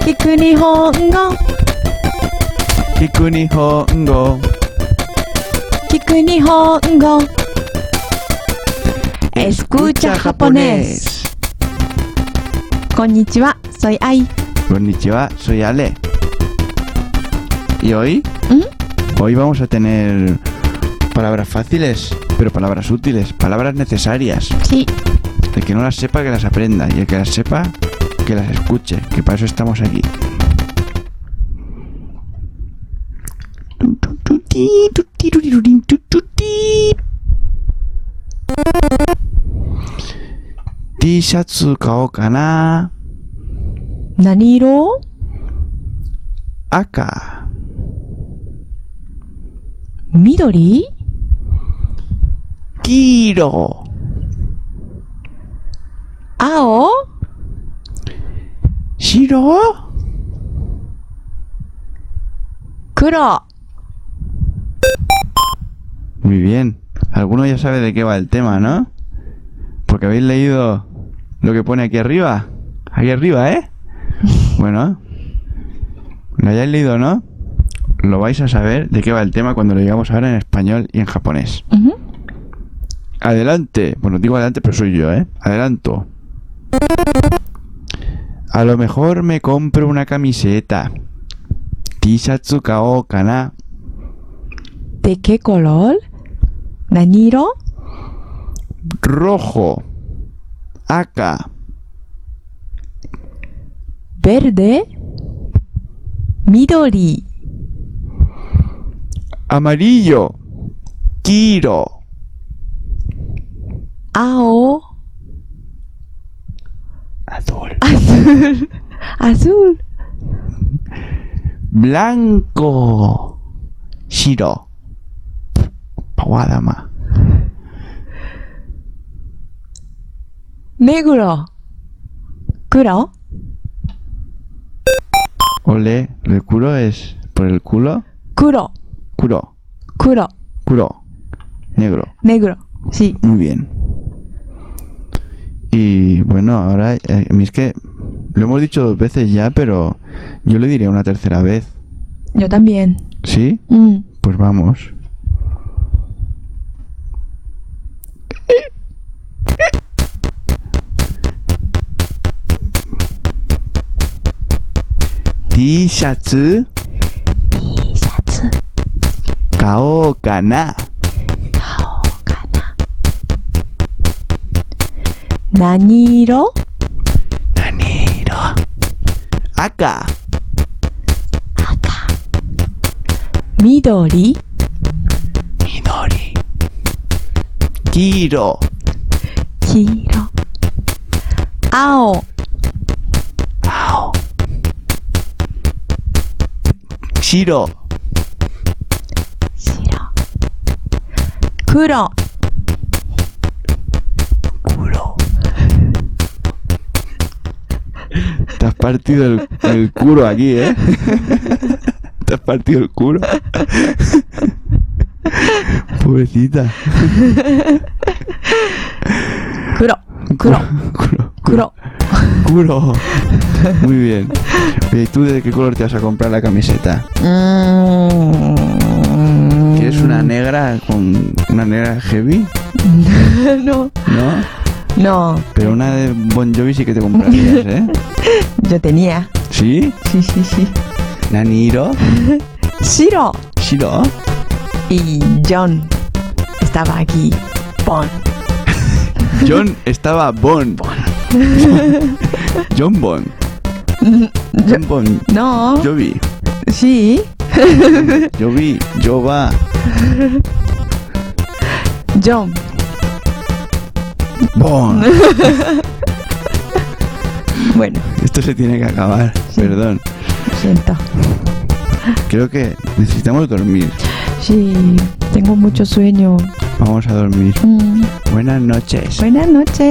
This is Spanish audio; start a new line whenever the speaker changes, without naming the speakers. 聞く日本語
聞く日本語
聞く日本語 Escucha japonés こんにちは、soy Ai
Konnichiwa, soy Ale. ¿Y hoy? Hoy vamos a tener palabras fáciles, pero palabras útiles, palabras necesarias.
Sí,
El que no las sepa, que las aprenda. Y el que las sepa, que las escuche. Que para eso estamos aquí. T シャツ買おうかな。
何色
赤、
緑
黄色、
青
白
黒
Muy bien. Alguno ya sabe de qué va el tema, ¿no? Porque habéis leído lo que pone aquí arriba. Aquí arriba, ¿eh? Bueno. Lo hayáis leído, ¿no? Lo vais a saber de qué va el tema cuando lo digamos ahora en español y en japonés.
Ujú.
Adelante. Bueno, digo adelante, pero soy yo, ¿eh? Adelanto. A lo mejor me compro una camiseta. T-shirt kao kana.
¿De qué color? ¿Nani iro?
Rojo. Aka.
¿Verde? ¿Midori?
Amarillo. Tiro.
¿Ao?
Azul.
¿Azul? ¿Azul?
Blanco. Shiro. Pawadama.
¿Negro? ¿Kuro?
Ole, el culo es por el culo.
¿Kuro?
Kuro.
¿Kuro?
Kuro. Negro.
¿Negro? Sí.
Muy bien. Y bueno, ahora, eh, a mí es que lo hemos dicho dos veces ya, pero yo le diré una tercera vez.
Yo también.
¿Sí?
Mm.
Pues vamos. T シャツ
T シャツ
買おうかな
買おうかな何色
何色赤
赤緑
緑黄色
黄色青
青白
白黒
culo. Te has partido el, el culo aquí, ¿eh? Te has partido el culo. Pobrecita.
黒黒
Culo,
黒
culo, culo. Muy bien. Oye, ¿Y tú de qué color te vas a comprar la camiseta?
うーん
¿Quieres una negra con una negra heavy?
no
¿No?
no
Pero una de Bon Jovi sí que te comprarías, ¿eh?
yo tenía
¿Sí?
sí sí sí
¿Naniro?
Shiro
¿Shiro?
y John estaba aquí Bon
John estaba Bon. John Bon. John Bon.
no
Jovi.
sí
Jovi. Jova.
John
Bon.
bueno
Esto se tiene que acabar. Perdón.
lo siento
Creo que necesitamos dormir.
sí tengo mucho sueño
Vamos a dormir.
Mm.
Buenas noches.
Buenas noches.